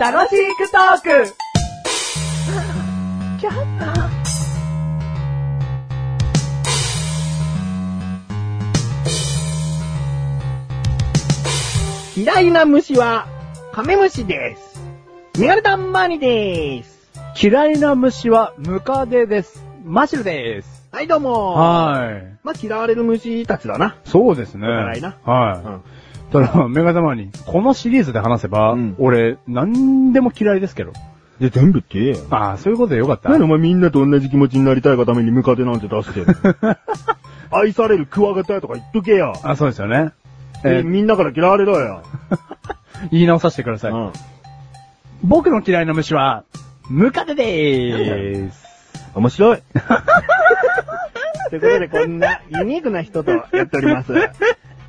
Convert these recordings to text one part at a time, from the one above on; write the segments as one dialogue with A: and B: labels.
A: 楽しくトーク
B: 嫌いな虫は、カメムシです。ニガルタンマーニです。
C: 嫌いな虫はムカデです。マシルです。
B: はい、どうもー
C: はい。
B: まあ、嫌われる虫たちだな。
C: そうですね。
B: 互いな
C: は
B: ん。
C: い。ただ、メガネマに、このシリーズで話せば、
B: うん
C: 俺、何でも嫌いですけど。
D: で、全部って言えよ。
C: ああ、そういうことでよかった。
D: なんでお前みんなと同じ気持ちになりたいがためにムカデなんて出して る愛されるクワガタとか言っとけよ。
C: あ、そうですよね。
D: え
C: えー
D: みんなから嫌われろよ。
C: 言い直させてください。
D: うん
C: 僕の嫌いな虫は、ムカデでーす。
D: 面白い。
B: ということで、こんなユニークな人とやっており ます。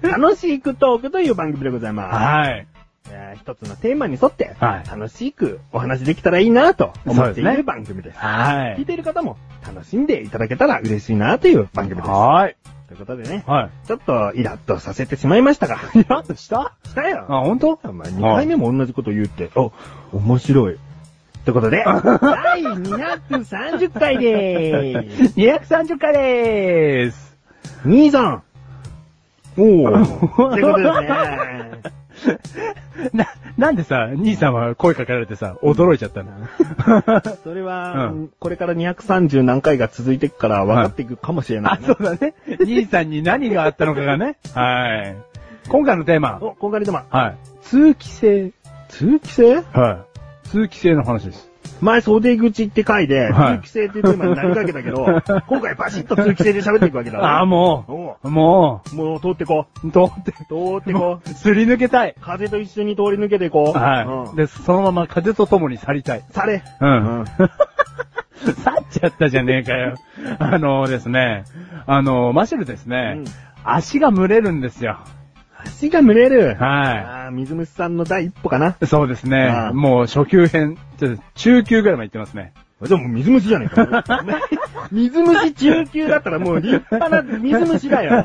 B: 楽しくトークという番組でございま
C: はい。
B: す。えー一つのテーマに沿って、
C: はい
B: 楽しくお話できたらいいなと思ってい
C: そうです
B: る
C: ね
B: 番組です。
C: は
B: 聞い
C: い。
B: ている方も楽しんでいただけたら嬉しいなという番組です。
C: はい。
B: ということでね、
C: は
B: ちょっとイラッとさせてしまいましたが、
C: い。イラッとした
B: したよ。
C: あ、ほんと
D: お前2回目も同じこと言うって。あ、面白い。
B: ということで、第230回でーす。
C: ?230 回でーす。
B: 兄さん
D: おー。
B: ということでね、
C: な、なんでさ、兄さんは声かけられてさ、驚いちゃったの
B: それは、
C: うん
B: これから230何回が続いていくから分かっていくかもしれな
C: あ、
B: い、ね
C: そうだね。兄さんに何があったのかがね。はい。今回のテーマ。
B: お、今回のテーマ、
C: はい。通気性。
B: 通気性
C: はい。通気性の話です。
B: 前、袖口って回で、
C: はい
B: 通気性っていうテーマになりかけたけ ど、今回バシッと通気性で喋っていくわけだ
C: ああ、
B: も
C: も
B: う
C: う、も
B: もう通ってこ
C: う、どうって、
B: う。通ってこう。
C: すり抜けたい。
B: 風と一緒に通り抜けていこう。
C: は
B: う
C: い。
B: ん
C: で、そのまま風と共に去りたい。
B: され。
C: うん。 去っちゃったじゃねえかよ。あのですね、あの、マシュルですね、
B: うん
C: 足が蒸れるんですよ。
B: 足が蒸れる。
C: は
B: ああ、水虫さんの第一歩かな。
C: い。そうです
B: あ
C: ね
B: あ。
C: もう初級編、ちょっと中級ぐらいまで行ってますね。
D: じゃあもう水虫じゃね えか。
B: 水虫中級だったらもう立派な水虫だ よ。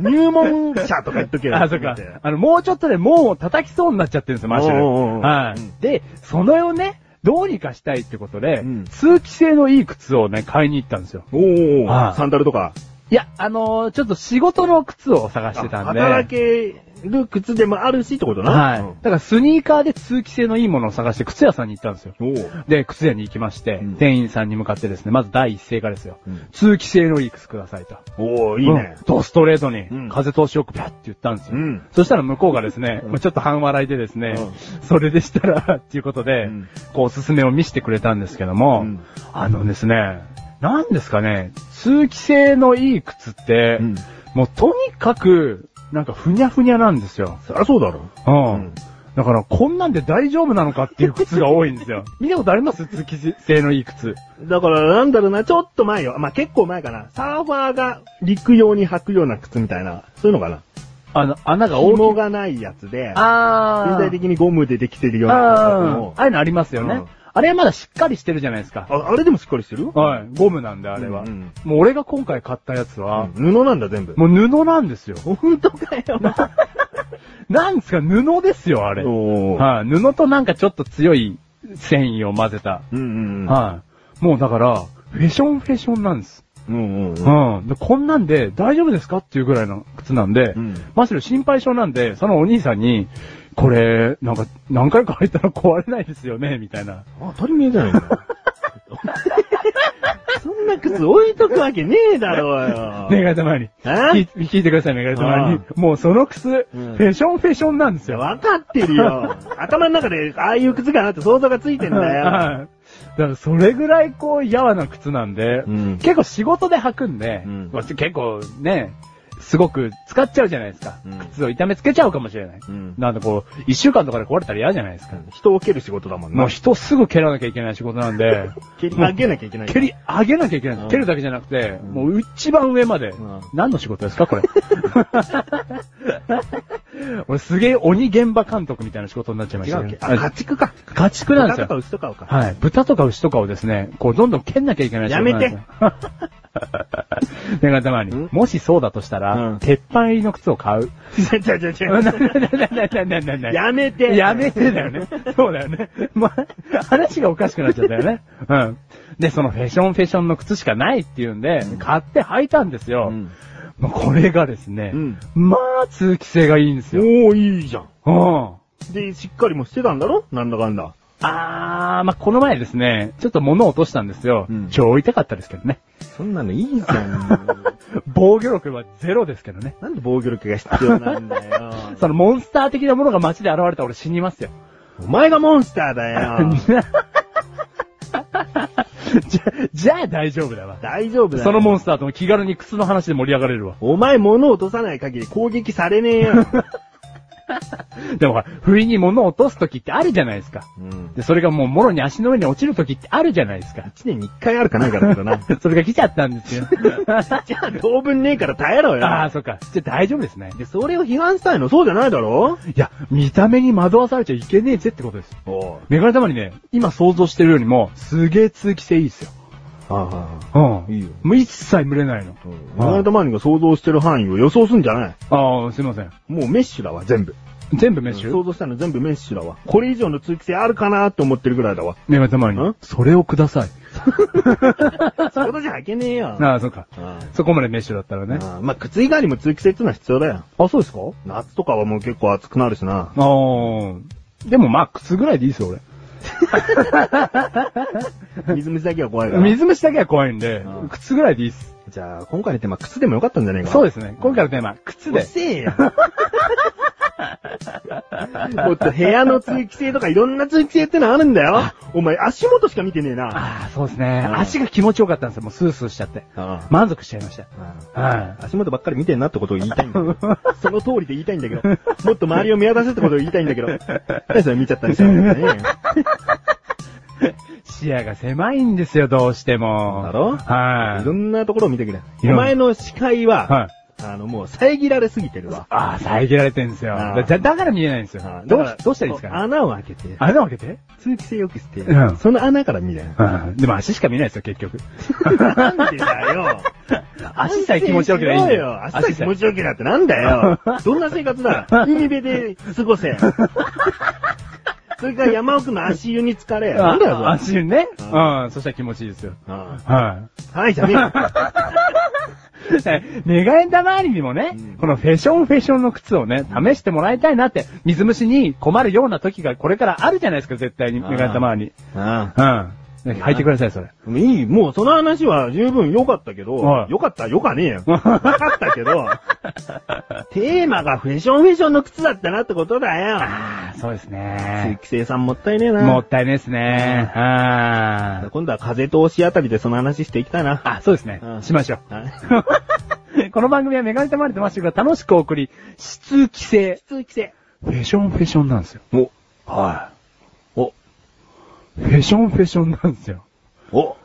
B: 入門者とか言っとけよ。
C: あ、そっか
B: せめて。
C: あの、もうちょっとで門を叩きそうになっちゃってるんですよ、マシュル。
D: おうおうおう
C: はい。で、それをね、どうにかしたいってことで、
D: うん
C: 通気性のいい靴をね、買いに行ったんですよ。
D: おー
C: あ
D: サンダルとか。
C: いや、あのーちょっと仕事の靴を探してたんで。
B: 働ける靴でもあるしってことな。
C: はい。
B: うん
C: だからスニーカーで通気性のいいものを探して靴屋さんに行ったんですよ。
D: おー。
C: で、靴屋に行きまして、
D: うん
C: 店員さんに向かってですね、まず第一声がですよ、
D: うん
C: 通気性のいい靴くださいと。
D: おー、いいね
C: うん。ドストレートに、
D: うん
C: 風通しよくピャッて言ったんですよ。
D: うん
C: そしたら向こうがですね、まあちょっと半笑いでですね、それでしたら、っていうことで、
D: うん
C: こうおすすめを見せてくれたんですけども、
D: うん
C: あのですね、なんですかね、通気性のいい靴って、
D: うん
C: もうとにかく、なんかふにゃふにゃなんですよ。
D: そりゃそうだろ。
C: うん。
D: うん
C: だから、こんなんで大丈夫なのかっていう靴が多いん ですよ。見たことあります通気性のいい靴。
B: だから、なんだろうな、ちょっと前よ。まあ、結構前かな。サーファーが陸用に履くような靴みたいな。そういうのかな。
C: あの、穴が大きい
B: 紐。がないやつで、全
C: あ
B: 体的にゴムでできてるようなやつ
C: あ
B: も
C: ああいうのありますよね、
D: うん
C: あれはまだしっかりしてるじゃないですか。
D: あ、あれでもしっかりしてる
C: はい。ゴムなんで、あれは、
D: うんうん
C: もう俺が今回買ったやつは、
D: うん布なんだ全部。
C: もう布なんです よ。
B: 本当かよ。
C: なんですか、布ですよ、あれ。はい、
D: おー。
C: 布となんかちょっと強い繊維を混ぜた。
D: うんうんうん。
C: はい、もうだから、フェションフェションなんです。
D: うんうんうん。
C: うん。で、こんなんで大丈夫ですかっていうぐらいの靴なんで、
D: うん
C: マシル心配性なんで、そのお兄さんに、これ、なんか、何回か入ったら壊れないですよね、みたいな。
D: 当たり前じゃないか。
B: そんな靴置いとくわけねえだろう よ。
C: メガネ玉に。聞い
B: え
C: 聞いてください、メガネ玉に
B: あ。
C: もうその靴、
B: ん
C: フェションフェションなんですよ。
B: わかってる よ。頭の中で、ああいう靴かなって想像がついてんだよ。
C: はいだから、それぐらいこう、やわな靴なんで、
D: うん
C: 結構仕事で履くんで、
D: うん
C: まあ結構ね、すごく使っちゃうじゃないですか。
D: うん
C: 靴を痛めつけちゃうかもしれない。
D: うん
C: なんでこう、一週間とかで壊れたら嫌じゃないですか。
D: 人を蹴る仕事だもんな。
C: もう人すぐ蹴らなきゃいけない仕事なんで、
B: 蹴り上げなきゃい けない。
C: 蹴り上げなきゃいけないんです。蹴るだけじゃなくて、もう一番上まで。
D: ん
C: 何の仕事ですかこれ。俺すげえ鬼現場監督みたいな仕事になっちゃいま
B: 違
C: した
B: うっ
C: ね
B: け。。あ、家畜か。
C: 家畜なんで
B: 豚
C: す
B: とか
C: よ。
B: 牛とかをか。
C: はい。豚とか牛とかをですね、こうどんどん蹴んなきゃいけない仕事なんですよ。だからたまに
B: ん、
C: もしそうだとしたら、
B: うん
C: 鉄板入りの靴を買う。
B: ちゃちゃちゃち
C: な
B: ゃ。
C: なななななな
B: やめて。
C: やめてだ よね。そうだよね。まあ、話がおかしくなっちゃったよね。うん。で、そのフェションフェションの靴しかないっていうんで、買って履いたんですよ。
B: うん
C: まあこれがですね、
B: うん
C: まあ、通気性がいいんですよ。
D: おー、いいじゃん。
C: うん。
D: で、しっかりもしてたんだろなんだかんだ。
C: あー、まあ、この前ですね、ちょっと物を落としたんですよ。
B: うん
C: 超痛かったですけどね。
B: そんなのいいじゃん。
C: 防御力はゼロですけどね。
B: なんで防御力が必要なんだよ。
C: そのモンスター的なものが街で現れたら俺死にますよ。
B: お前がモンスターだよ。
C: じゃ、じゃあ大丈夫だわ。
B: 大丈夫だよ。
C: そのモンスターとも気軽に靴の話で盛り上がれるわ。
B: お前物を落とさない限り攻撃されねえよ。
C: でもほら、不意に物を落とす時ってあるじゃないですか。
B: うん。
C: で、それがもうもろに足の上に落ちる時ってあるじゃないですか。
B: 一年に一回あるかないからだな。
C: それが来ちゃったんです よ。
B: じゃあ当分ねえから耐えろよ。
C: ああ、そっか。じゃあ大丈夫ですね。
B: で、それを批判したいのそうじゃないだろ
C: いや、見た目に惑わされちゃいけねえぜってことです。
B: おう。
C: メガネ玉にね、今想像してるよりも、すげえ通気性いいですよ。
B: ああ。
C: うん。
B: いいよ
C: もう一切蒸れないの。
B: うん
D: この間マニが想像してる範囲を予想すんじゃない。
C: ああ、すいません。
D: もうメッシュだわ、全部。
C: 全部メッシュ
D: 想像したの全部メッシュだわ。これ以上の通気性あるかなって思ってるぐらいだわ。
C: メガネ玉に
D: ん。
C: それをください。
B: そういうことじゃいけねえよ。
C: ああ、そうか。
B: あ
C: そこまでメッシュだったらね。
D: ああまあ、靴以外にも通気性ってのは必要だよ。
C: あ、そうですか
D: 夏とかはもう結構暑くなるし な。
C: ああ。でもまあ、靴ぐらいでいいですよ、
D: 水虫だけは怖いか
C: 俺。
D: ら。
C: 水虫だけは怖いんで
B: うん、
C: 靴ぐらいでいいっす。
D: じゃあ、今回のテーマ、靴でもよかったんじゃねえか
C: そう
D: で
C: ですね。今回のテーマ、靴
B: うっ
C: で。
B: せえよ。
D: もっと部屋の通気性とかいろんな通気性ってのある んだよ。お前、足元しか見てねえな。
C: ああ、そうですね。
D: うん
C: 足が気持ちよかったんですよ。もうスースーしちゃって。
D: あ
C: 満足しちゃいました。はい。
D: 足元ばっかり見てんなってことを言いたいんだけど。その通りで言いたいんだけど。もっと周りを見渡せってことを言いたいんだけど。何それ見ちゃったりしたんだよね。
C: 視野が狭いんですよ、どうしても。
D: だろ
C: はい
D: いろ。んなところを見てくれ。
C: い
D: お
C: ろん
D: 前の視界は、
C: はい。
D: あの、もう遮られすぎてるわ。
C: ああ、遮られてんですよ。
D: あ
C: だ
D: ー
C: だから見えないんですよ
D: あ。
C: どう
D: だから
C: しどうしたらいいですかね
D: 穴を開けて、
C: 穴を開けて
D: 通気性良くして
C: うん、
D: その穴から見れる。
C: うん。でも足しか見えないですよ、結局。
D: なんでだよ。
C: 足さえ気持ちよければいいんだよ。
D: 足さえ気持
C: ち
D: ちよけだってなんだ よ。どんな生活だ海辺で過 ごせ。それから山奥の足湯に疲れ。なんだよ、それ
C: 足ね。
D: う
C: うん。そしたら気持ちいいですよ。
D: あ
C: は
D: あはい、じゃねえよ。
C: い。 メガネ玉ありにもね、
D: うん
C: このフェションフェションの靴をね、試してもらいたいなって、水虫に困るような時がこれからあるじゃないですか、絶対に、
D: あー
C: メガネ玉ありに。
D: あ
C: うん。履いてください、それ。
D: あもういい、もうその話は十分良かったけど
C: は、い
D: 良かった、良かねえよ。分かったけど、テーマがフェションフェションの靴だったなってことだよ。
C: ああ、そうです
D: 鈴
C: ね。
D: 木生さんもったいねえな。
C: もったいないですね。あー
D: 今度は風通しあたりでその話していきたいな。
C: あ、そうですね
D: う。ん
C: しましょう。
D: はい
C: この番組はメガネたまれてましたが、楽しくお送り、質規制。
B: 通気性。
C: フェションフェションなんですよ。
D: お、
C: はい。
D: お、
C: フェションフェションなんですよ。
D: お。